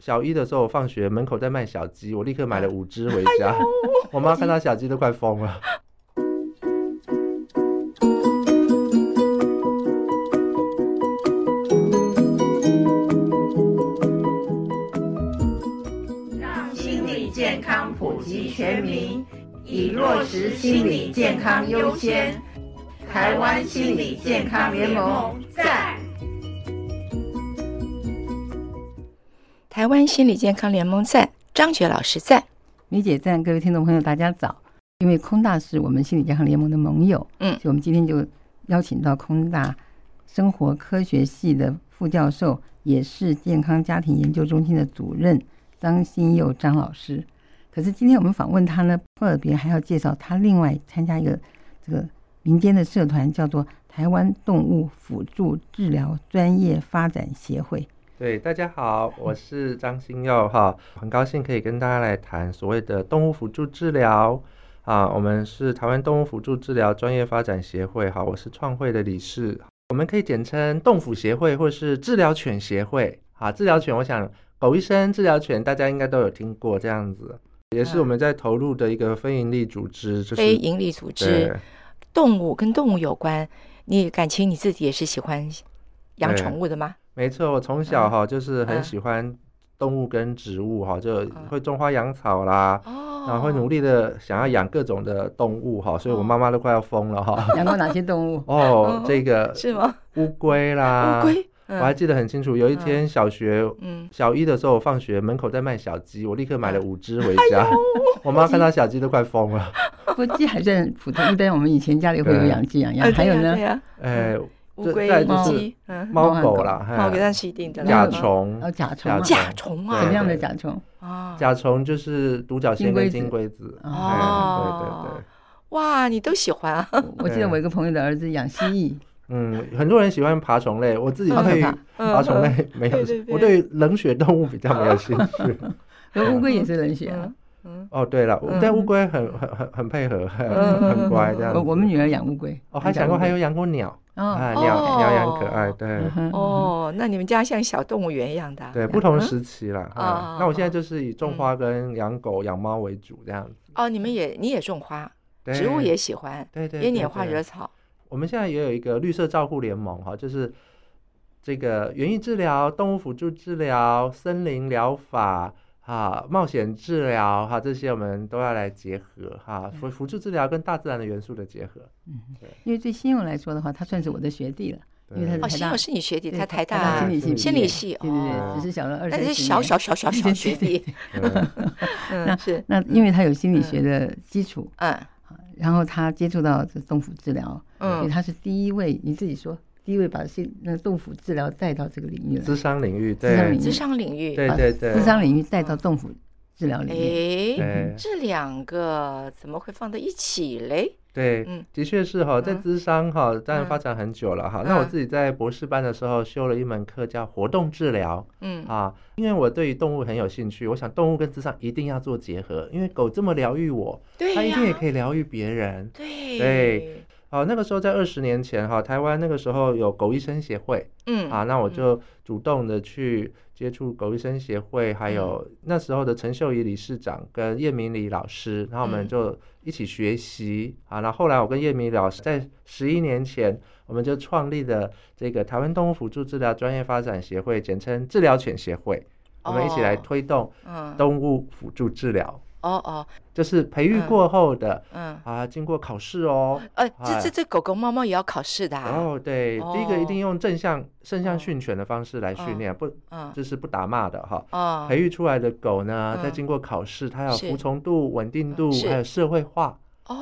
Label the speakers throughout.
Speaker 1: 小一的时候，我放学门口在卖小鸡，我立刻
Speaker 2: 哎
Speaker 1: 买了五只回家。 我妈看到小鸡都快疯 了。
Speaker 3: 让心理健康普及全民，以落实心理健康优先。台湾心理健康联盟在。
Speaker 2: 台湾心理健康联盟赞，张觉老师赞。
Speaker 4: 梅姐赞，各位听众朋友，大家早！因为空大是我们心理健康联盟的盟友，
Speaker 2: 嗯
Speaker 4: 所以我们今天就邀请到空大生活科学系的副教授，也是健康家庭研究中心的主任张新佑张老师。可是今天我们访问他呢，特别还要介绍他另外参加一个这个民间的社团，叫做台湾动物辅助治疗专业发展协会。
Speaker 1: 对，大家好，我是张新佑哈，很高兴可以跟大家来谈所谓的动物辅助治疗啊。我们是台湾动物辅助治疗专业发展协会哈，我是创会的理事，我们可以简称动辅协会或是治疗犬协会啊。治疗犬，我想狗医生、治疗犬大家应该都有听过这样子，也是我们在投入的一个非营利组织，就是
Speaker 2: 嗯非营利组织，
Speaker 1: 对
Speaker 2: 动物跟动物有关，你感情你自己也是喜欢养
Speaker 1: 对
Speaker 2: 宠物的吗？
Speaker 1: 没错，我从小哈、就是很
Speaker 2: 嗯
Speaker 1: 喜欢动物跟植物哈，就
Speaker 2: 嗯
Speaker 1: 会种花养草啦，
Speaker 2: 哦，
Speaker 1: 然后会努力的想要养各种的动物哈，所以我妈妈都快要疯了哈。？
Speaker 4: 养过哪些动物
Speaker 1: 哦
Speaker 2: 哦，
Speaker 1: 这个
Speaker 2: 是吗？
Speaker 1: 乌龟啦，
Speaker 2: 乌，龟，
Speaker 1: 啊我
Speaker 2: 嗯
Speaker 1: 还记得很清楚。有一天小学
Speaker 2: 嗯，
Speaker 1: 小一的时候，我放学门口在卖小鸡，我立刻买了五只回
Speaker 2: 哎
Speaker 1: 家。我妈看到小鸡都快疯了。
Speaker 4: 不，鸡还算普通，一般我们以前家里会有
Speaker 1: 对
Speaker 4: 养鸡养
Speaker 2: 啊
Speaker 4: 鸭，嗯还有
Speaker 2: 对呀
Speaker 4: 呢
Speaker 2: 对，呀，
Speaker 1: 哎，
Speaker 2: 嗯乌
Speaker 1: 这再
Speaker 2: 龟、
Speaker 1: 就是
Speaker 2: 鸡，嗯，
Speaker 1: 猫
Speaker 4: 猫
Speaker 1: 狗
Speaker 4: 狗
Speaker 1: 啦，
Speaker 2: 猫给
Speaker 1: 嘿
Speaker 2: 它是一定的
Speaker 1: 甲
Speaker 2: 啦，
Speaker 1: 虫
Speaker 4: 哦，甲虫啊，
Speaker 1: 嗯甲
Speaker 2: 甲虫啊，
Speaker 4: 什么样的
Speaker 1: 对
Speaker 4: 甲虫？
Speaker 2: 啊，
Speaker 1: 甲虫就是独角仙跟金
Speaker 4: 金
Speaker 1: 龟
Speaker 2: 嗯
Speaker 1: 子。
Speaker 4: 哦
Speaker 1: 哎
Speaker 2: 哦
Speaker 1: 对对对。
Speaker 2: 哇，你都喜欢啊？
Speaker 4: 我我记得我一个朋友的儿子养蜥蜴，
Speaker 1: 嗯，很多人喜欢爬虫类，我自己
Speaker 4: 好可
Speaker 1: 对于
Speaker 4: 怕
Speaker 1: 爬虫类没有，
Speaker 2: 嗯对对对
Speaker 1: 我对于冷血动物比较没有兴 趣。
Speaker 4: 而乌龟也是冷血啊。
Speaker 2: 嗯嗯，
Speaker 1: 哦，对了，
Speaker 2: 嗯
Speaker 1: 但乌龟很很很很配合，很
Speaker 2: 嗯嗯
Speaker 1: 很乖这样
Speaker 4: 我
Speaker 1: 子。
Speaker 4: 我们女儿养乌龟，
Speaker 1: 哦，还想过还有养过鸟
Speaker 4: 啊，
Speaker 1: 啊，
Speaker 2: 哦
Speaker 1: 鸟鸟也很可爱，对
Speaker 4: 嗯哼，
Speaker 2: 哦，那你们家像小动物园一样的啊，
Speaker 1: 对，不同时期啦。
Speaker 2: 嗯
Speaker 1: 啊
Speaker 2: 哦，
Speaker 1: 那我现在就是以种花跟养狗养猫为主这样子。
Speaker 2: 哦，你们也你也种花，
Speaker 1: 对
Speaker 2: 植物也喜欢，
Speaker 1: 对对，
Speaker 2: 也
Speaker 1: 对
Speaker 2: 拈花
Speaker 1: 对
Speaker 2: 惹草，
Speaker 1: 我们现在也有一个绿色照护联盟哈，就是这个园艺治疗、动物辅助治疗、森林疗法啊、冒险治疗哈、这些我们都要来结合哈，辅、辅助治疗跟大自然的元素的结合。
Speaker 4: 因为对新勇来说的话，他算是我的学弟了，因为他是
Speaker 2: 哦，
Speaker 4: 台
Speaker 2: 新
Speaker 4: 大
Speaker 2: 友是你学弟，
Speaker 4: 对
Speaker 2: 他台
Speaker 1: 大
Speaker 2: 大
Speaker 4: 心理系毕业，
Speaker 2: 心理系
Speaker 4: 对对
Speaker 2: 哦
Speaker 4: 对，只是小了二
Speaker 2: 那
Speaker 4: 十几
Speaker 2: 是
Speaker 4: 年。
Speaker 2: 小小小小小
Speaker 4: 对对
Speaker 2: 学
Speaker 4: 对
Speaker 2: 弟，
Speaker 1: 嗯
Speaker 2: 嗯，是，
Speaker 4: 那因为他有心理学的基础，
Speaker 2: 嗯
Speaker 4: 然后他接触到这动物治疗，所
Speaker 2: 嗯，
Speaker 4: 以他是第一位，你自己说，第一位把心那动物治疗带到这个领域来，
Speaker 1: 智商领域
Speaker 4: 智商
Speaker 1: 对
Speaker 4: 领
Speaker 2: 嗯智商领域，啊
Speaker 4: 域
Speaker 1: 对对
Speaker 4: 智
Speaker 1: 对，
Speaker 4: 商领域带到动物治疗领域。
Speaker 2: 哎，
Speaker 1: 对
Speaker 2: 这两个怎么会放在一起嘞？
Speaker 1: 对
Speaker 2: 嗯，
Speaker 1: 的确是哈，在
Speaker 2: 嗯
Speaker 1: 智商哈，当然
Speaker 2: 嗯
Speaker 1: 发展很久了哈。那我
Speaker 2: 嗯
Speaker 1: 自己在博士班的时候修了一门课叫活动治疗，
Speaker 2: 嗯
Speaker 1: 啊，因为我对于动物很有兴趣，我想动物跟智商一定要做结合，因为狗这么疗愈我，
Speaker 2: 对
Speaker 1: 它一定也
Speaker 2: 呀
Speaker 1: 可，以疗愈别人。
Speaker 2: 对
Speaker 1: 对，好、那个时候在二十年前哈，台湾那个时候有狗医生协会
Speaker 2: 嗯
Speaker 1: 啊，那我就主动的去接触狗医生协会，
Speaker 2: 嗯
Speaker 1: 还有那时候的陈秀仪理事长跟叶明礼老师，然后我们
Speaker 2: 嗯
Speaker 1: 就一起学习啊。那后来我跟叶明礼老师在十一年前，我们就创立了这个台湾动物辅助治疗专业发展协会，简称治疗犬协会。我们一起来
Speaker 2: 哦
Speaker 1: 推动
Speaker 2: 嗯，
Speaker 1: 动物辅助治疗，
Speaker 2: 哦哦，
Speaker 1: 就是培育过后的、
Speaker 2: 嗯，
Speaker 1: 啊，经过考试哦。
Speaker 2: 呃，这
Speaker 1: 哎哦
Speaker 2: 这这狗狗猫猫也要考试的
Speaker 1: 然
Speaker 2: 啊，
Speaker 1: 后对，第一个一定
Speaker 2: 哦
Speaker 1: 用正向正
Speaker 2: 哦
Speaker 1: 向训犬的方式来训练，不
Speaker 2: 嗯
Speaker 1: 就是不打骂的哈。
Speaker 2: 哦，
Speaker 1: 培育出来的狗呢，再
Speaker 2: 嗯
Speaker 1: 经过考试，它要
Speaker 2: 是嗯
Speaker 1: 服从度、稳定度，
Speaker 2: 是
Speaker 1: 还有社会化
Speaker 2: 哦，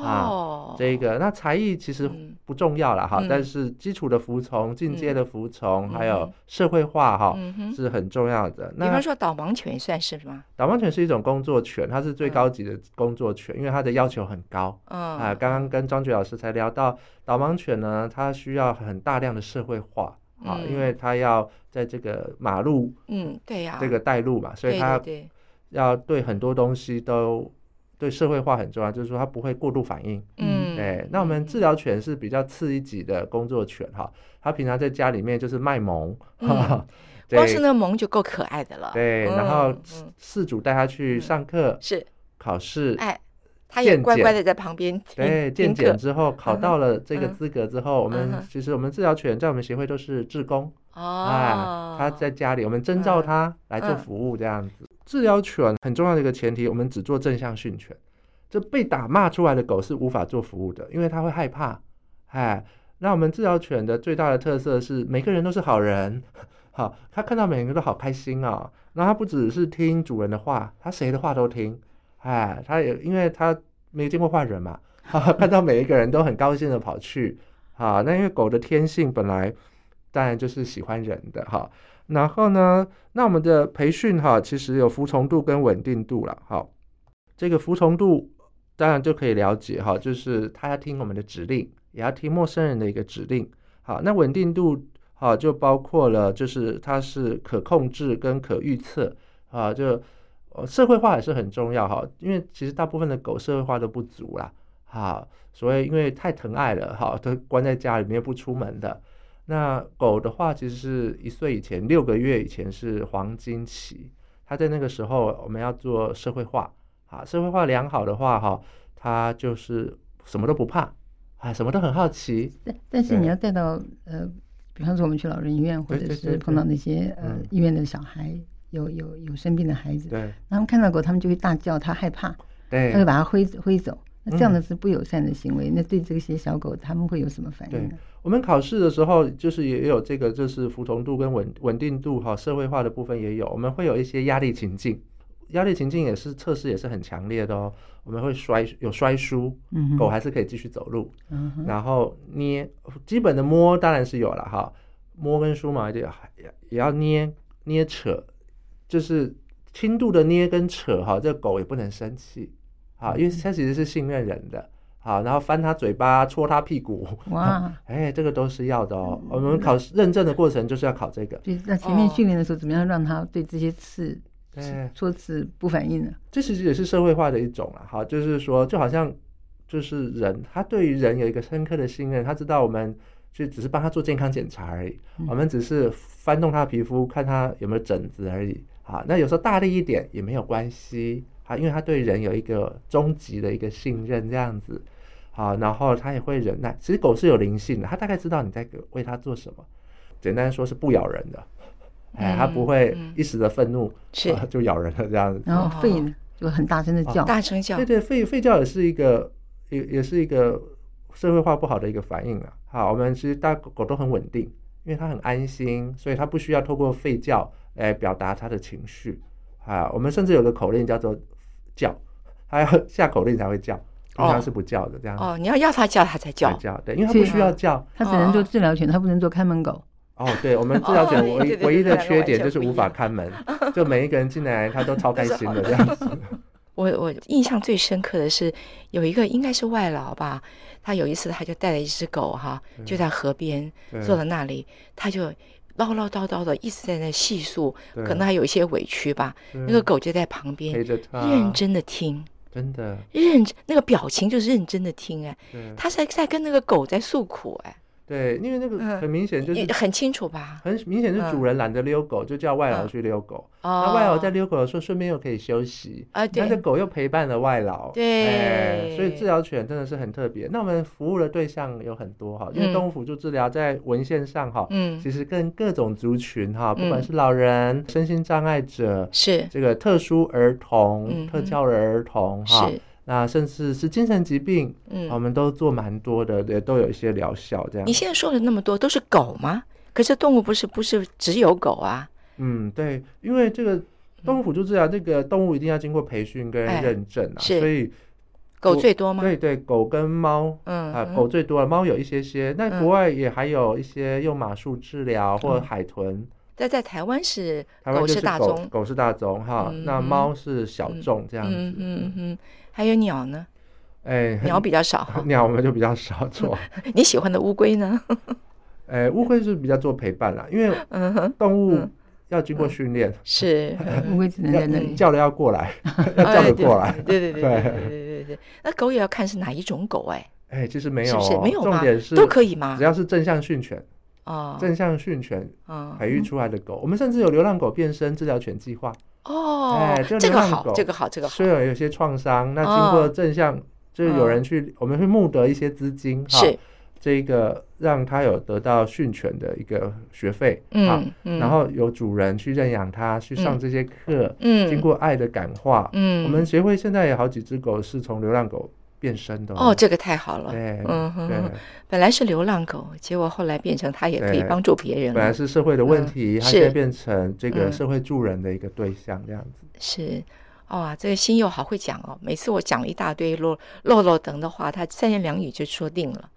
Speaker 1: 啊这个。那才艺其实
Speaker 2: 嗯
Speaker 1: 不重要了哈
Speaker 2: 嗯，
Speaker 1: 但是基础的服从、进阶的服从，还
Speaker 2: 嗯
Speaker 1: 有社会化哈
Speaker 2: 嗯哼，
Speaker 1: 是很重要的。
Speaker 2: 比
Speaker 1: 那
Speaker 2: 方说导盲犬算是吗？
Speaker 1: 导盲犬是一种工作犬，它是最
Speaker 2: 嗯
Speaker 1: 高级的工作犬，因为它的要求很高
Speaker 2: 嗯
Speaker 1: 啊。刚刚跟张觉老师才聊到，导盲犬呢，它需要很大量的社会化啊，
Speaker 2: 嗯
Speaker 1: 因为它要在这个马路
Speaker 2: 嗯，对呀，
Speaker 1: 这个带路嘛，所以
Speaker 2: 对
Speaker 1: 它
Speaker 2: 对对，
Speaker 1: 要对很多东西都对社会化很重要，就是说它不会过度反应。
Speaker 2: 嗯，
Speaker 1: 对，哎那我们治疗犬是比较次一级的工作犬哈，它平常在家里面就是卖萌，
Speaker 2: 嗯光是那个萌就够可爱的了。
Speaker 1: 对，
Speaker 2: 嗯
Speaker 1: 然后
Speaker 2: 嗯
Speaker 1: 事主带他去上课、
Speaker 2: 是
Speaker 1: 考试，
Speaker 2: 哎，他也
Speaker 1: 健
Speaker 2: 乖乖
Speaker 1: 检
Speaker 2: 的在旁边听
Speaker 1: 对，
Speaker 2: 听
Speaker 1: 健
Speaker 2: 课
Speaker 1: 检之后考
Speaker 2: 嗯
Speaker 1: 到了这个
Speaker 2: 嗯
Speaker 1: 资格之后，我
Speaker 2: 嗯
Speaker 1: 们
Speaker 2: 哼
Speaker 1: 其实我们治疗犬在我们协会都是志工
Speaker 2: 哦
Speaker 1: 啊，，他在家里，我们征召
Speaker 2: 嗯
Speaker 1: 他来做
Speaker 2: 嗯
Speaker 1: 服务这样子。治疗犬很重要的一个前提，我们只做正向训犬，就被打骂出来的狗是无法做服务的，因为它会害怕。哎，那我们治疗犬的最大的特色是每个人都是好人， 好，它看到每个人都好开心哦。那它不只是听主人的话，它谁的话都听。哎，它也因为它没见过坏人嘛， 啊，看到每一个人都很高兴的跑去。啊，那因为狗的天性本来当然就是喜欢人的哈。然后呢，那我们的培训哈，其实有服从度跟稳定度了。好，这个服从度当然就可以了解哈，就是它要听我们的指令，也要听陌生人的一个指令。好，那稳定度好就包括了，就是它是可控制跟可预测啊，就呃社会化也是很重要哈，因为其实大部分的狗社会化都不足啦。好，所以因为太疼爱了哈，都关在家里面不出门的，那狗的话，其实是一岁以前六个月以前是黄金期，它在那个时候我们要做社会化啊，社会化良好的话哈，它就是什么都不怕啊，什么都很好奇，
Speaker 4: 但但是你
Speaker 1: 对
Speaker 4: 要带到呃，比方说我们去老人医院，或
Speaker 1: 对
Speaker 4: 者
Speaker 1: 对
Speaker 4: 是
Speaker 1: 对
Speaker 4: 碰到那些呃
Speaker 1: 嗯
Speaker 4: 医院的小孩，有有有生病的孩子，
Speaker 1: 对
Speaker 4: 他们看到狗，他们就会大叫，他害怕，
Speaker 1: 对
Speaker 4: 他会把它挥挥走。那这样的
Speaker 1: 嗯
Speaker 4: 是不友善的行为，那对这些小狗，他们会有什么反应
Speaker 1: 对
Speaker 4: 呢？，
Speaker 1: 我们考试的时候，就是也有这个，就是服从度跟稳稳定度哈，社会化的部分也有，我们会有一些压力情境，压力情境也是测试也是很强烈的哦，我们会摔有摔书，
Speaker 4: 嗯哼
Speaker 1: 狗还是可以继续走路，
Speaker 4: 嗯哼，
Speaker 1: 然后捏基本的摸当然是有了哈，摸跟梳毛就也也要捏捏扯，就是轻度的捏跟扯哈，这狗也不能生气啊，
Speaker 4: 嗯
Speaker 1: 因为它其实是信任人的。好，然后翻它嘴巴，戳它屁股，
Speaker 4: 哇，嗯
Speaker 1: 哎，这个都是要的哦。我们考试认证的过程就是要考这个。
Speaker 4: 对，那前面
Speaker 2: 哦
Speaker 4: 训练的时候，怎么样让他对这些刺
Speaker 1: 对，
Speaker 4: 戳刺不反应呢？
Speaker 1: 这其实也是社会化的一种了哈，就是说，就好像就是人，他对于人有一个深刻的信任，他知道我们就只是帮他做健康检查而已，
Speaker 2: 嗯
Speaker 1: 我们只是翻动他的皮肤，看他有没有疹子而已。啊，那有时候大力一点也没有关系啊，因为他对人有一个终极的一个信任这样子。好，然后他也会忍耐。其实狗是有灵性的，它大概知道你在给为它做什么。简单说，是不咬人的，哎，它不
Speaker 2: 嗯
Speaker 1: 会
Speaker 2: 嗯
Speaker 1: 一时的愤怒、
Speaker 2: 是哦
Speaker 1: 啊 就咬人了这样子。
Speaker 4: 然后肺
Speaker 1: 哦
Speaker 4: 呢就很大声的叫，
Speaker 2: 大声叫
Speaker 1: 对，对，吠吠叫也是一个，也也是一个社会化不好的一个反应啊。好，我们其实大狗狗都很稳定，因为它很安心，所以它不需要透过吠叫来表达它的情绪啊。我们甚至有个口令叫做叫，它要下口令才会叫，平
Speaker 2: 哦
Speaker 1: 常是不叫的这样子。
Speaker 2: 哦，你要要他叫他才
Speaker 1: 才
Speaker 2: 叫，
Speaker 1: 叫对，因为它
Speaker 4: 所以
Speaker 1: 不需要叫
Speaker 4: 他只能做
Speaker 2: 哦
Speaker 4: 治疗犬，他不能做看门狗。
Speaker 1: 哦。对，我们治疗犬
Speaker 2: 哦对
Speaker 1: 唯
Speaker 2: 对对
Speaker 1: 唯一的
Speaker 2: 对
Speaker 1: 缺点
Speaker 2: 完全
Speaker 1: 就是
Speaker 2: 不
Speaker 1: 无
Speaker 2: 一
Speaker 1: 法
Speaker 2: 样
Speaker 1: 看 门，就每一个人进来他都超开
Speaker 2: 是
Speaker 1: 心
Speaker 2: 好
Speaker 1: 的
Speaker 2: 的
Speaker 1: 这样子。
Speaker 2: 我我印象最深刻的是有一个应该是外劳吧，他有一次他就带了一只狗哈，就在河边
Speaker 1: 嗯对
Speaker 2: 坐在那里，他就唠唠叨叨的一直在那细诉，
Speaker 1: 对嗯
Speaker 2: 可能还有一些委屈吧。那
Speaker 1: 对
Speaker 2: 个狗就在旁
Speaker 1: 陪
Speaker 2: 边
Speaker 1: 着他，
Speaker 2: 认真的听，
Speaker 1: 真的，
Speaker 2: 认真那个表情就是认真的听哎，
Speaker 1: 对
Speaker 2: 他是在在跟那个狗在诉苦哎，
Speaker 1: 对，因为那个
Speaker 2: 嗯
Speaker 1: 很明显就是
Speaker 2: 也很清 楚吧？
Speaker 1: 很明显是主人懒得溜狗，就叫外劳去溜狗。那
Speaker 2: 嗯哦，
Speaker 1: 外劳在溜狗的时候，顺便又可以休息。
Speaker 2: 啊
Speaker 1: 那
Speaker 2: 对
Speaker 1: 这狗又陪伴了外劳，
Speaker 2: 对
Speaker 1: 哎所以治疗犬真的是很特别。那我们服务的对象有很多哈，因为
Speaker 2: 嗯
Speaker 1: 动物辅助治疗在文献上哈，
Speaker 2: 嗯
Speaker 1: 其实跟各种族群哈，不管
Speaker 2: 嗯
Speaker 1: 是老人、身心障碍者、
Speaker 2: 是
Speaker 1: 这个特殊儿童、
Speaker 2: 嗯
Speaker 1: 特教的儿童哈，
Speaker 2: 是
Speaker 1: 那甚至是精神疾病，
Speaker 2: 嗯
Speaker 1: 我们都做蛮多的，也都有一些疗效这样
Speaker 2: 你。现在说了那么多都是狗吗？可是动物不是不是只有狗啊？
Speaker 1: 嗯，对，因为这个动物辅助治疗，这个动物一定要经过培训跟
Speaker 2: 嗯哎
Speaker 1: 认证啊，
Speaker 2: 是
Speaker 1: 所以
Speaker 2: 狗
Speaker 1: 我
Speaker 2: 最多吗？
Speaker 1: 对对，狗跟猫
Speaker 2: 嗯
Speaker 1: 啊，
Speaker 2: 嗯
Speaker 1: 狗最多了，猫有一些些。那国外也还有一些用马术治疗或海豚，
Speaker 2: 但在台湾是
Speaker 1: 台湾
Speaker 2: 嗯狗
Speaker 1: 就是是
Speaker 2: 大
Speaker 1: 狗
Speaker 2: 宗，
Speaker 1: 狗是大宗哈，那
Speaker 2: 嗯
Speaker 1: 猫是小
Speaker 2: 嗯
Speaker 1: 众这样
Speaker 2: 嗯
Speaker 1: 子。
Speaker 2: 嗯嗯，还有鸟呢，
Speaker 1: 哎，。
Speaker 2: 鸟比较少哈
Speaker 1: 鸟我们就比较少 做，
Speaker 2: 你喜欢的乌龟呢？
Speaker 1: 哎，乌龟是比较做陪伴啦，因为
Speaker 2: 嗯哼，
Speaker 1: 动物要经过训练，
Speaker 2: 是，嗯
Speaker 4: 乌龟只能在那
Speaker 1: 要
Speaker 4: 里。
Speaker 1: 叫了要过来， 要叫
Speaker 2: 哎
Speaker 1: 得
Speaker 2: 对
Speaker 1: 过来。
Speaker 2: 对对对对对对对对。那狗也要看是哪一种狗哎，
Speaker 1: 哎，其实没
Speaker 2: 是
Speaker 1: 有
Speaker 2: 不是
Speaker 1: 哦，
Speaker 2: 没有
Speaker 1: 重
Speaker 2: 吗
Speaker 1: 点是？
Speaker 2: 都可以吗
Speaker 1: 只？要是正向训犬，
Speaker 2: 哦
Speaker 1: 正向训犬
Speaker 2: 嗯
Speaker 1: 培育出来的狗，我们甚至有流浪狗变身治疗犬计划，
Speaker 2: 哦
Speaker 1: 哎，就
Speaker 2: 这
Speaker 1: 流
Speaker 2: 个
Speaker 1: 浪
Speaker 2: 好，
Speaker 1: 狗
Speaker 2: 这个好，这个好
Speaker 1: 虽，然有一些创伤，那经过
Speaker 2: 哦
Speaker 1: 正向，就是有人去，我们会募得一些资金，哈
Speaker 2: 是，
Speaker 1: 这个让他有得到训犬的一个学费，啊，
Speaker 2: 嗯嗯，
Speaker 1: 然后有主人去认养它，去上这些课，
Speaker 2: 嗯，
Speaker 1: 经过爱的感化，
Speaker 2: 嗯，
Speaker 1: 我们协会现在有好几只狗是从流浪狗变身的
Speaker 2: 哦，这个太好了，
Speaker 1: 对
Speaker 2: 嗯哼
Speaker 1: 对
Speaker 2: 哼，本来是流浪狗，结果后来变成它也可以
Speaker 1: 对
Speaker 2: 帮助别人
Speaker 1: 本来
Speaker 2: 了，
Speaker 1: 是社会的问题，
Speaker 2: 嗯
Speaker 1: 它现在
Speaker 2: 是
Speaker 1: 变成这个
Speaker 2: 嗯
Speaker 1: 社会助人的一个对象，这样子。
Speaker 2: 是。哇、这个心佑好会讲哦！每次我讲了一大堆漏漏漏等的话，他三言两语就说定了。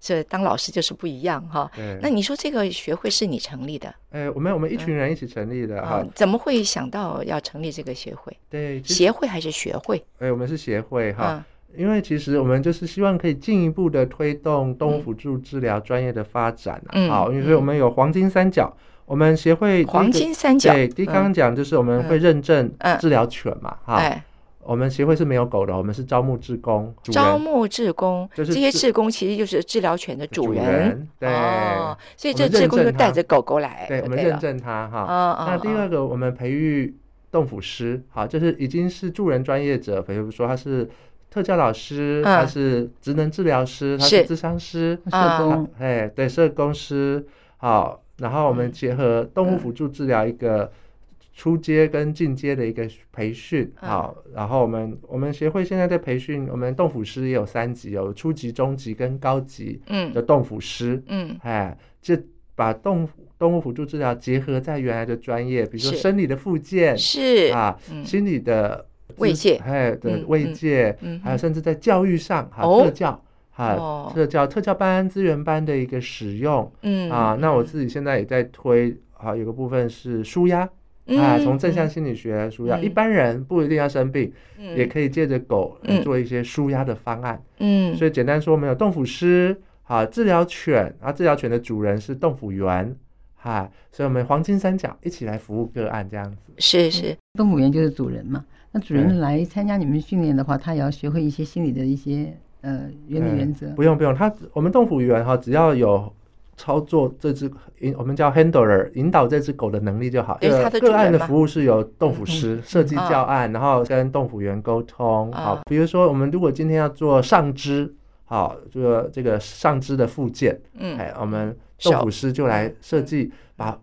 Speaker 2: 这当老师就是不一样哈。
Speaker 1: 对，
Speaker 2: 那你说这个学会是你成立的
Speaker 1: 哎，我们我们一群人一起成立的
Speaker 2: 啊
Speaker 1: 哈，？
Speaker 2: 怎么会想到要成立这个协会？
Speaker 1: 对，其实
Speaker 2: 协会还是学会？
Speaker 1: 哎，我们是协会哈，
Speaker 2: 啊，
Speaker 1: 因为其实我们就是希望可以进一步的推动动物辅助治疗专业的发展啊。
Speaker 2: 嗯
Speaker 1: 好，因为
Speaker 2: 嗯
Speaker 1: 所以我们有黄金三角，我们协会第一个
Speaker 2: 黄金三角
Speaker 1: 对，第一
Speaker 2: 嗯
Speaker 1: 刚刚讲就是我们会认证
Speaker 2: 嗯
Speaker 1: 治疗犬嘛，哈，
Speaker 2: 哎，
Speaker 1: 我们协会是没有狗的，我们是招募志工，主人
Speaker 2: 招募志工，
Speaker 1: 就是
Speaker 2: 这些
Speaker 1: 志
Speaker 2: 志工其实就是治疗犬的主
Speaker 1: 主
Speaker 2: 人。
Speaker 1: 对，
Speaker 2: 哦，所以
Speaker 1: 我
Speaker 2: 这
Speaker 1: 们认
Speaker 2: 志工就
Speaker 1: 证他
Speaker 2: 带着狗狗来，
Speaker 1: 对，我们
Speaker 2: 哎对了
Speaker 1: 认证它哈。
Speaker 2: 嗯嗯
Speaker 1: 那第二个，我们培育动辅师，好，就是已经是助人专业者，比如说他是特教老师，
Speaker 2: 嗯
Speaker 1: 他是职能治疗师，他是
Speaker 2: 是嗯
Speaker 1: 智商师，
Speaker 4: 社工
Speaker 1: 啊哎，对，社工师，好，然后我们结合动物辅助治疗一个初阶跟进阶的一个培训，
Speaker 2: 嗯
Speaker 1: 好，然后我们我们协会现在在培训，我们动辅师也有三级，有初级、中级跟高级的
Speaker 2: 嗯
Speaker 1: 动辅师，
Speaker 2: 嗯
Speaker 1: 哎，这把动物动物辅助治疗结合在原来的专业，比如说
Speaker 2: 是
Speaker 1: 生理的复健
Speaker 2: 是
Speaker 1: 啊，
Speaker 2: 嗯
Speaker 1: 心理的
Speaker 2: 慰
Speaker 1: 自
Speaker 2: 藉
Speaker 1: 哎的
Speaker 2: 嗯
Speaker 1: 慰
Speaker 2: 嗯
Speaker 1: 藉，
Speaker 2: 嗯
Speaker 1: 还有
Speaker 2: 哼
Speaker 1: 甚至在教育上哈、
Speaker 2: 哦
Speaker 1: 特教哈、
Speaker 2: 哦
Speaker 1: 特教特教班资源班的一个使用、
Speaker 2: 嗯
Speaker 1: 啊。那我自己现在也在推啊，有个部分是舒压。啊，
Speaker 2: 嗯
Speaker 1: 从正向心理学舒压，
Speaker 2: 嗯
Speaker 1: 一般人不一定要生病，
Speaker 2: 嗯
Speaker 1: 也可以借着狗来
Speaker 2: 嗯
Speaker 1: 做一些舒压的方案。
Speaker 2: 嗯
Speaker 1: 所以简单说，我们有动辅师，啊，治疗犬，啊，治疗犬的主人是动辅员，哈、啊所以我们黄金三角一起来服务个案这样子。
Speaker 2: 是是
Speaker 4: 动物园就是主人嘛。那主
Speaker 1: 对
Speaker 4: 人来参加你们训练的话，他也要学会一些心理的一些呃原理原则
Speaker 1: 嗯。不用不用，他我们动辅员哈、只要有操作这只引我们叫 handler 引导这只狗的能力就好。
Speaker 2: 因为
Speaker 1: 个
Speaker 2: 它的主
Speaker 1: 个案的
Speaker 2: 人嘛
Speaker 1: 服务是由动辅师设计
Speaker 2: 嗯
Speaker 1: 教案，然后跟动辅员沟通。好
Speaker 2: 啊，
Speaker 1: 比如说我们如果今天要做上肢，好，这个这个上肢的附件，
Speaker 2: 嗯
Speaker 1: 哎，我们豆腐师就来设计，把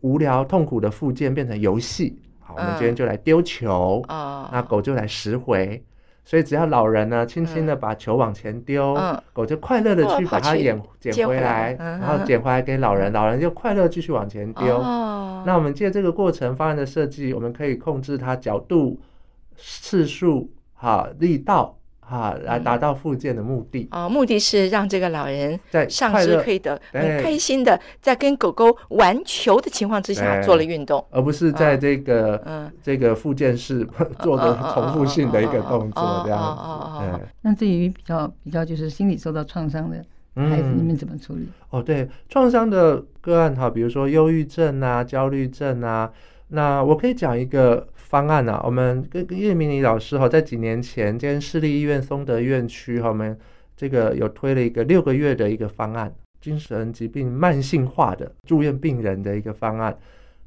Speaker 1: 无聊痛苦的附件变成游戏。好，我们今天
Speaker 2: 嗯
Speaker 1: 就来丢球，
Speaker 2: 啊
Speaker 1: 那狗就来拾回。所以只要老人呢，轻轻的把球往前丢，
Speaker 2: 嗯
Speaker 1: 狗就快乐的去把它捡捡
Speaker 2: 接
Speaker 1: 回
Speaker 2: 回
Speaker 1: 来
Speaker 2: 来，
Speaker 1: 然
Speaker 2: 嗯
Speaker 1: 后捡回来给老人，老人就快乐继续往前丢。
Speaker 2: 哦
Speaker 1: 那我们借这个过程方案的设计，我们可以控制它角度、次数、哈力道哈，来
Speaker 2: 嗯
Speaker 1: 达到附件的目的。
Speaker 2: 哦，目的是让这个老人
Speaker 1: 在
Speaker 2: 上
Speaker 1: 快
Speaker 2: 肢
Speaker 1: 乐
Speaker 2: 可以的很
Speaker 1: 对
Speaker 2: 开心的，在跟狗狗玩球的情况之下
Speaker 1: 对
Speaker 2: 做了运动，
Speaker 1: 而不是在这个、
Speaker 2: 嗯
Speaker 1: 这个附件式做的重复性的一个动作这样哎
Speaker 2: 哦哦哦哦哦
Speaker 1: 子。
Speaker 2: 哦
Speaker 1: 对
Speaker 4: 那对于比较比较就是心理受到创伤的哦孩子，
Speaker 1: 嗯
Speaker 4: 你们怎么处理？
Speaker 1: 哦，对，创伤的个案哈，比如说忧郁症啊、焦虑症啊，那我可以讲一个方案啊。我们跟跟叶明理老师哈，在几年前跟市立医院松德院区哈，我们这个有推了一个六个月的一个方案，精神疾病慢性化的住院病人的一个方案。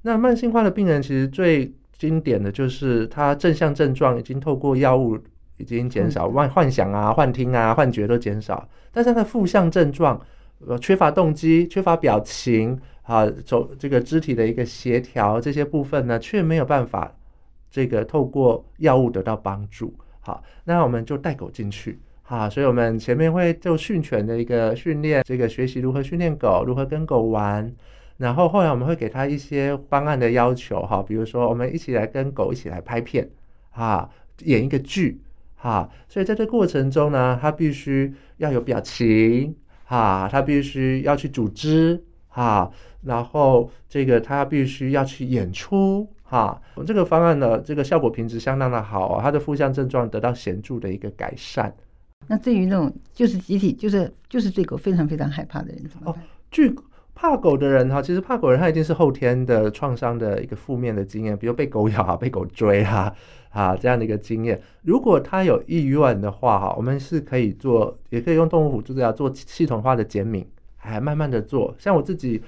Speaker 1: 那慢性化的病人其实最经典的就是他正向症状已经透过药物已经减少，幻幻想啊、幻听啊、幻觉都减少，但是他的负向症状，呃，缺乏动机、缺乏表情啊，走这个肢体的一个协调这些部分呢，却没有办法这个透过药物得到帮助。好，那我们就带狗进去。好，所以我们前面会就训犬的一个训练，这个学习如何训练狗，如何跟狗玩。然后后来我们会给他一些方案的要求哈，比如说我们一起来跟狗一起来拍片啊，演一个剧哈。所以在这过程中呢，他必须要有表情哈，他必须要去组织哈，然后这个他必须要去演出哈。这个方案呢，这个效果品质相当的好啊，他的负向症状得到显著的一个改善。
Speaker 4: 那对于那种就是集体就是就是对狗非常非常害怕的人怎么
Speaker 1: 哦
Speaker 4: 办？
Speaker 1: 据怕狗的人哈，其实怕狗人他一定是后天的创伤的一个负面的经验，比如被狗咬啊、被狗追啊啊这样的一个经验。如果他有意愿的话哈，我们是可以做，也可以用动物辅助治疗做系统化的减敏还慢慢的做。像我自己，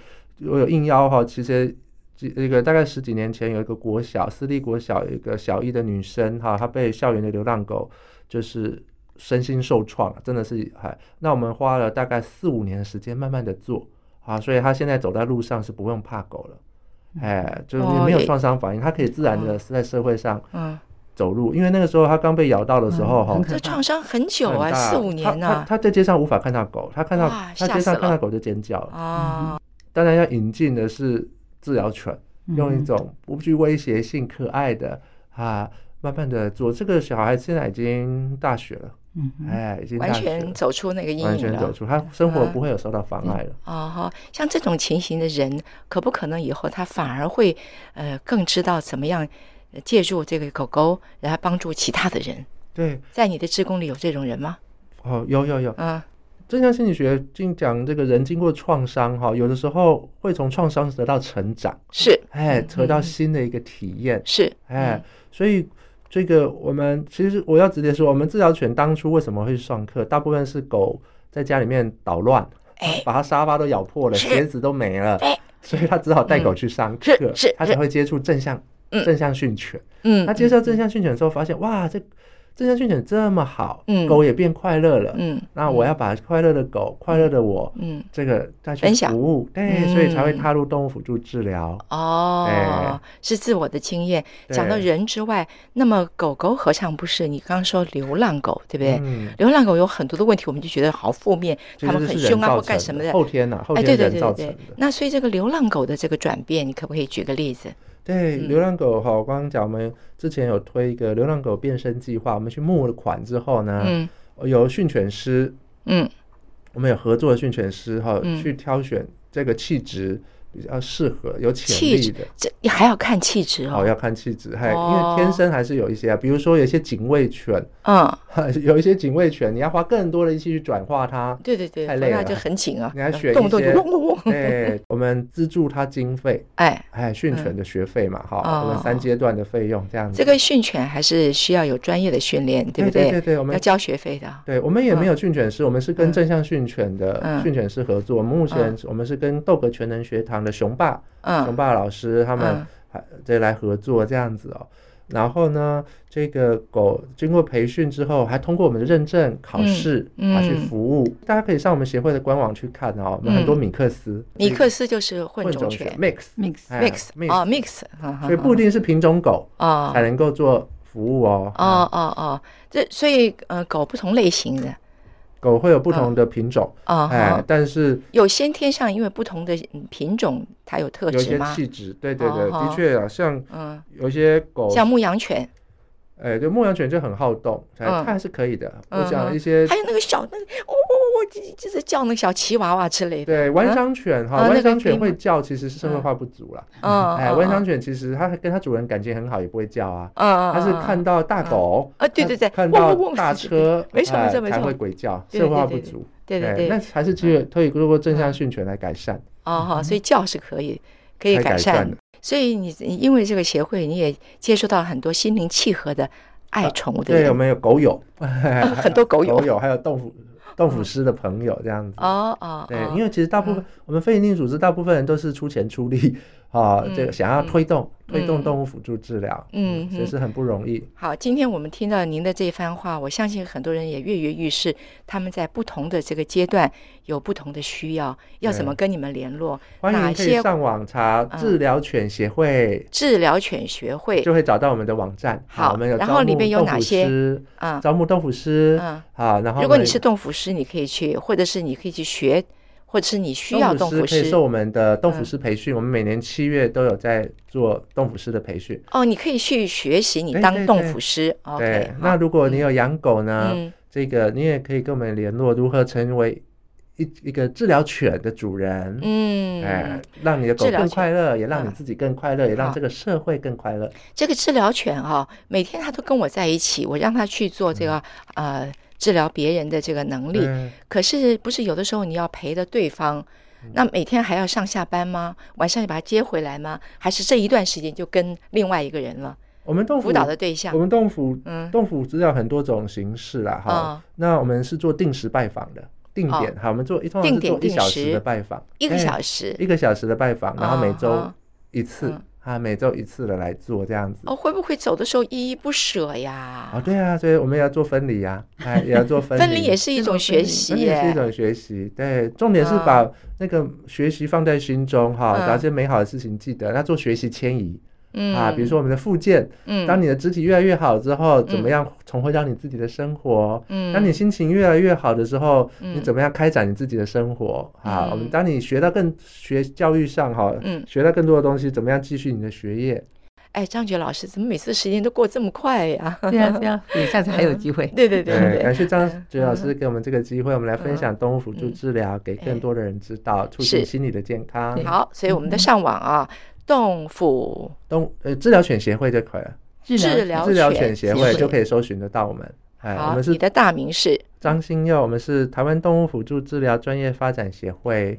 Speaker 1: 我有应邀哈，其实几那个大概十几年前有一个国小私立国小有一个小一的女生哈，她被校园的流浪狗就是身心受创，真的是还那我们花了大概四五年的时间慢慢的做啊，所以她现在走在路上是不用怕狗了。哎，就是
Speaker 2: 哦
Speaker 1: 没有
Speaker 2: 也哦
Speaker 1: 创伤反应，她可以自然的在社会上
Speaker 2: 嗯，
Speaker 1: 走路，因为那个时候她刚被咬到的时候
Speaker 4: 嗯
Speaker 1: 哈，
Speaker 4: 很可
Speaker 2: 这创伤很久
Speaker 1: 很
Speaker 2: 啊，
Speaker 1: 大
Speaker 2: 四五年
Speaker 1: 他他
Speaker 2: 呢、
Speaker 1: 他在街上无法看到狗，他看到
Speaker 2: 哇
Speaker 1: 他
Speaker 2: 吓
Speaker 1: 街上
Speaker 2: 死
Speaker 1: 看到
Speaker 2: 了
Speaker 1: 狗就尖叫了。
Speaker 2: 啊，
Speaker 1: 当然要引进的是治疗犬，
Speaker 2: 嗯
Speaker 1: 用一种不具威胁性、可爱的啊，慢慢的做。这个小孩现在已经大学了，
Speaker 4: 嗯哼，
Speaker 1: 哎，已经
Speaker 2: 完
Speaker 1: 大学
Speaker 2: 全
Speaker 1: 了，
Speaker 2: 走出那个阴
Speaker 1: 完
Speaker 2: 影
Speaker 1: 全走
Speaker 2: 了。
Speaker 1: 出，他生活
Speaker 2: 啊
Speaker 1: 不会有受到妨碍了。
Speaker 2: 啊哈，像这种情形的人，可不可能以后他反而会呃更知道怎么样呃借助这个狗狗，然后帮助其他的人？
Speaker 1: 对，
Speaker 2: 在你的职工里有这种人吗？
Speaker 1: 哦，有有有，
Speaker 2: 嗯，
Speaker 1: 正向心理学经讲这个人经过创伤哈，有的时候会从创伤得到成长，
Speaker 2: 是
Speaker 1: 哎，得到
Speaker 2: 嗯
Speaker 1: 新的一个体验。
Speaker 2: 是，
Speaker 1: 哎，所以这个我们其实我要直接说，我们治疗犬当初为什么会上课，大部分是狗在家里面捣乱，
Speaker 2: 哎
Speaker 1: 把它沙发都咬破了，
Speaker 2: 是
Speaker 1: 鞋子都没了
Speaker 2: 对，
Speaker 1: 所以他只好带狗去上课
Speaker 2: 是是，
Speaker 1: 他才会接触正向
Speaker 2: 嗯
Speaker 1: 正向训犬。
Speaker 2: 嗯
Speaker 1: 他接受正向训犬之后，发现哇，这正向训犬这么好，
Speaker 2: 嗯
Speaker 1: 狗也变快乐了。
Speaker 2: 嗯
Speaker 1: 那我要把快乐的狗、快乐的我，
Speaker 2: 嗯，
Speaker 1: 这个再去
Speaker 2: 分享
Speaker 1: 服务，对，所以才会
Speaker 2: 嗯
Speaker 1: 踏入动物辅助治疗。
Speaker 2: 哦
Speaker 1: 哎，
Speaker 2: 是自我的经验。
Speaker 1: 对
Speaker 2: 讲到人之外，那么狗狗何尝不是？你刚刚说流浪狗，对不对？
Speaker 1: 嗯，
Speaker 2: 流浪狗有很多的问题，我们就觉得好负面，
Speaker 1: 其
Speaker 2: 它
Speaker 1: 实
Speaker 2: 们
Speaker 1: 这
Speaker 2: 很
Speaker 1: 是人
Speaker 2: 凶啊
Speaker 1: 造
Speaker 2: 或干
Speaker 1: 成
Speaker 2: 什么
Speaker 1: 的
Speaker 2: 的。
Speaker 1: 后天呐、后
Speaker 2: 哎，
Speaker 1: 天
Speaker 2: 对对
Speaker 1: 人
Speaker 2: 对
Speaker 1: 造
Speaker 2: 对
Speaker 1: 成的
Speaker 2: 对。。那所以这个流浪狗的这个转变，你可不可以举个例子？
Speaker 1: 对
Speaker 2: 嗯
Speaker 1: 流浪狗哈，我刚刚讲我们之前有推一个流浪狗变身计划，我们去募了款之后呢，
Speaker 2: 嗯
Speaker 1: 有训犬师，
Speaker 2: 嗯
Speaker 1: 我们有合作的训犬师哈，
Speaker 2: 嗯
Speaker 1: 去挑选这个气质比较适合、有潜
Speaker 2: 气
Speaker 1: 力
Speaker 2: 质
Speaker 1: 的。
Speaker 2: 这你还要看气质
Speaker 1: 哦，
Speaker 2: 哦。
Speaker 1: 要看气质，还、因
Speaker 2: 哦
Speaker 1: 为天生还是有一些啊，比如说有一些警卫犬，
Speaker 2: 嗯，
Speaker 1: 有一些警卫犬，你要花更多的力气去转化 它，
Speaker 2: 对对对，
Speaker 1: 太
Speaker 2: 头
Speaker 1: 累
Speaker 2: 发
Speaker 1: 了
Speaker 2: 就很紧啊
Speaker 1: 你还选，
Speaker 2: 动不
Speaker 1: 一
Speaker 2: 动就
Speaker 1: 些
Speaker 2: 嗡嗡嗡。
Speaker 1: 对，我们资助它经费，
Speaker 2: 哎，
Speaker 1: 哎，训犬的学费嘛，哈、我们
Speaker 2: 哦
Speaker 1: 三阶段的费用这样子。
Speaker 2: 这个训犬还是需要有专业的训练，对不
Speaker 1: 对对对，我
Speaker 2: 要
Speaker 1: 们
Speaker 2: 交学费的。
Speaker 1: 对我们也没有训犬师，我们是跟
Speaker 2: 嗯
Speaker 1: 正向训犬的
Speaker 2: 嗯
Speaker 1: 训犬师合作。目前
Speaker 2: 嗯
Speaker 1: 我们是跟豆格全能学堂的熊爸、熊
Speaker 2: 嗯
Speaker 1: 爸老师他们
Speaker 2: 嗯
Speaker 1: 还这来合作这样子哦。然后呢，这个狗经过培训之后，还通过我们的认证考试，
Speaker 2: 嗯
Speaker 1: 啊去
Speaker 2: 嗯
Speaker 1: 服务。大家可以上我们协会的官网去看哦，我们很多
Speaker 2: 嗯
Speaker 1: 米克斯、
Speaker 2: 米克斯就是混
Speaker 1: 混
Speaker 2: 种
Speaker 1: 种
Speaker 2: 犬
Speaker 1: mix
Speaker 4: mix
Speaker 1: 哎
Speaker 2: mix
Speaker 1: mix
Speaker 2: 哦 mix，哈哈
Speaker 1: 所以不一定是品种狗
Speaker 2: 哦
Speaker 1: 才能够做服务哦。
Speaker 2: 哦哦哦，这所以呃狗不同类型的
Speaker 1: 哎狗会有不同的品种，
Speaker 2: 哦，
Speaker 1: 哎
Speaker 2: 哈，
Speaker 1: 但是
Speaker 2: 有先天上因为不同的嗯品种它有特
Speaker 1: 有一
Speaker 2: 质
Speaker 1: 些
Speaker 2: 吗？
Speaker 1: 气质，对对对，
Speaker 2: 哦
Speaker 1: 的
Speaker 2: 好
Speaker 1: 确啊，像
Speaker 2: 嗯，
Speaker 1: 有一些狗，
Speaker 2: 像牧羊犬，
Speaker 1: 哎，对，牧羊犬就很好动，哎它
Speaker 2: 嗯
Speaker 1: 还是可以的。我
Speaker 2: 嗯
Speaker 1: 讲
Speaker 2: 哼
Speaker 1: 一些
Speaker 2: 还有那个小那个哦哦哦，这这这叫那个小吉娃娃之类的。
Speaker 1: 对弯商犬哈，
Speaker 2: 啊
Speaker 1: 弯
Speaker 2: 那个
Speaker 1: 商犬
Speaker 2: 可以
Speaker 1: 会
Speaker 2: 吗
Speaker 1: 叫，其实是社会化不足啦。
Speaker 2: 嗯，
Speaker 1: 哎，
Speaker 2: 嗯
Speaker 1: 弯商，犬其实它跟它主人感情很好，也不会叫啊，
Speaker 2: 嗯，
Speaker 1: 它是
Speaker 2: 嗯
Speaker 1: 看到大狗
Speaker 2: 啊对对对
Speaker 1: 看看
Speaker 2: 汪
Speaker 1: 到
Speaker 2: 汪汪
Speaker 1: 大
Speaker 2: 是是
Speaker 1: 车，
Speaker 2: 没错
Speaker 1: 哎
Speaker 2: 没错没
Speaker 1: 才
Speaker 2: 错
Speaker 1: 会鬼叫，
Speaker 2: 对
Speaker 1: 社会
Speaker 2: 对
Speaker 1: 化
Speaker 2: 对
Speaker 1: 不
Speaker 2: 对
Speaker 1: 足。
Speaker 2: 对
Speaker 1: 哎
Speaker 2: 对嗯
Speaker 1: 那
Speaker 2: 对，
Speaker 1: 还是只有可以通过正向训犬来改善，
Speaker 2: 哦哈，所以叫是可以可以
Speaker 1: 来
Speaker 2: 改
Speaker 1: 嗯善
Speaker 2: 善
Speaker 1: 的。。
Speaker 2: 所以你你因为这个协会，你也接触到很多心灵契合的爱宠物的
Speaker 1: 啊对，我
Speaker 2: 人，
Speaker 1: 们有狗友，
Speaker 2: 很 多 狗友
Speaker 1: 狗友还有动物动物师的朋友这样子。
Speaker 2: 哦哦，
Speaker 1: 对
Speaker 2: 哦，
Speaker 1: 因为其实大部分、我们非营利组织大部分人都是出钱出力啊，
Speaker 2: 嗯
Speaker 1: 这个想要推动、推动
Speaker 2: 嗯
Speaker 1: 动物辅助治疗，
Speaker 2: 嗯
Speaker 1: 其实很不容易。
Speaker 2: 好，今天我们听到您的这番话，我相信很多人也跃跃欲试。他们在不同的这个阶段有不同的需要，要
Speaker 1: 嗯
Speaker 2: 怎么跟你们联络？
Speaker 1: 欢
Speaker 2: 哪
Speaker 1: 迎可以
Speaker 2: 些
Speaker 1: 上网查
Speaker 2: 嗯
Speaker 1: 治疗犬协会，
Speaker 2: 治疗犬学会？
Speaker 1: 就会找到我们的网站。
Speaker 2: 好
Speaker 1: 我们有
Speaker 2: 然后
Speaker 1: 招
Speaker 2: 里
Speaker 1: 募
Speaker 2: 面有
Speaker 1: 动
Speaker 2: 哪
Speaker 1: 物
Speaker 2: 些
Speaker 1: 师
Speaker 2: 啊、
Speaker 1: 招募动物师
Speaker 2: 嗯
Speaker 1: 啊，然后
Speaker 2: 如果你
Speaker 1: 呢
Speaker 2: 是动辅师，你可以去，或者是你可以去学，或者是你需要动
Speaker 1: 动
Speaker 2: 辅
Speaker 1: 物师，可以
Speaker 2: 师。
Speaker 1: 受我们的动物
Speaker 2: 嗯
Speaker 1: 师培训，我们每年七月都有在做动物师的培训。
Speaker 2: 哦，你可以去学习，你
Speaker 1: 对对
Speaker 2: 当动
Speaker 1: 对
Speaker 2: 辅师。
Speaker 1: 对
Speaker 2: OK，，
Speaker 1: 那
Speaker 2: 好
Speaker 1: 如果你有养狗呢？
Speaker 2: 嗯
Speaker 1: 这个你也可以跟我们联络，如何成为一一个治疗犬的主人。
Speaker 2: 嗯，
Speaker 1: 哎，让你的狗
Speaker 2: 治疗
Speaker 1: 更
Speaker 2: 犬
Speaker 1: 快乐，也让你
Speaker 2: 嗯
Speaker 1: 自己更快乐，也让
Speaker 2: 好
Speaker 1: 这个社会更快乐。
Speaker 2: 这个治疗犬啊，每天它都跟我在一起，我让它去做这个、
Speaker 1: 嗯
Speaker 2: 呃治疗别人的这个能力。
Speaker 1: 对
Speaker 2: 可是不是有的时候你要陪着对方，
Speaker 1: 嗯
Speaker 2: 那每天还要上下班吗？晚上你把他接回来吗？还是这一段时间就跟另外一个人了？
Speaker 1: 我们动
Speaker 2: 辅导的对象
Speaker 1: 我，们动辅
Speaker 2: 嗯
Speaker 1: 动辅治疗很多种形式啦，哈
Speaker 2: 嗯。
Speaker 1: 那我们是做定时拜访的，定点，好，我们做一通常是
Speaker 2: 定点
Speaker 1: 做一
Speaker 2: 定
Speaker 1: 小时
Speaker 2: 时
Speaker 1: 的拜访，
Speaker 2: 一个
Speaker 1: 哎
Speaker 2: 小时
Speaker 1: 一个小时的拜访，然后每周
Speaker 2: 啊
Speaker 1: 一次
Speaker 2: 嗯
Speaker 1: 啊，每周一次的来做这样子。
Speaker 2: 哦，会不会走的时候依依不舍呀？
Speaker 1: 哦，对啊，所以我们也要做分离呀，哎，也要做分离，
Speaker 2: 分离也是一种学习
Speaker 1: 分离也是一
Speaker 2: 耶，
Speaker 1: 种学习，对，重点是把那个学习放在心中哈，
Speaker 2: 嗯
Speaker 1: 把这些美好的事情记得。那做学习迁移
Speaker 2: 嗯
Speaker 1: 啊，比如，说我们的复健，
Speaker 2: 嗯，
Speaker 1: 当你的肢体越来越好之后，怎么
Speaker 2: 嗯
Speaker 1: 样重回到你自己的生活？
Speaker 2: 嗯
Speaker 1: 当你心情越来越好的时候，
Speaker 2: 嗯
Speaker 1: 你怎么样开展你自己的生活？啊，我们
Speaker 2: 嗯
Speaker 1: 当你学到更学教育上哈，
Speaker 2: 嗯
Speaker 1: 学到更多的东西，怎么样继续你的学业？
Speaker 2: 哎，张觉老师，怎么每次时间都过这么快呀？
Speaker 4: 对啊，对啊，你下次还有机会。
Speaker 2: 对对对对
Speaker 1: 感
Speaker 2: 嗯对，
Speaker 1: 谢张哲老师给我们这个机会，我们来分享动物辅助
Speaker 2: 嗯
Speaker 1: 治疗，给更多的人知道，促
Speaker 2: 是
Speaker 1: 进心理的健康。
Speaker 2: 好，所以我们的上网啊，动辅
Speaker 1: 动呃治疗犬协会就可以了，
Speaker 4: 治
Speaker 2: 治
Speaker 4: 疗
Speaker 2: 疗
Speaker 1: 治疗犬
Speaker 2: 犬
Speaker 1: 协会就可以搜寻得到我们。哎，我
Speaker 2: 好，
Speaker 1: 们是
Speaker 2: 你的大名是
Speaker 1: 张新佑，我们是台湾动物辅助治疗专业发展协会。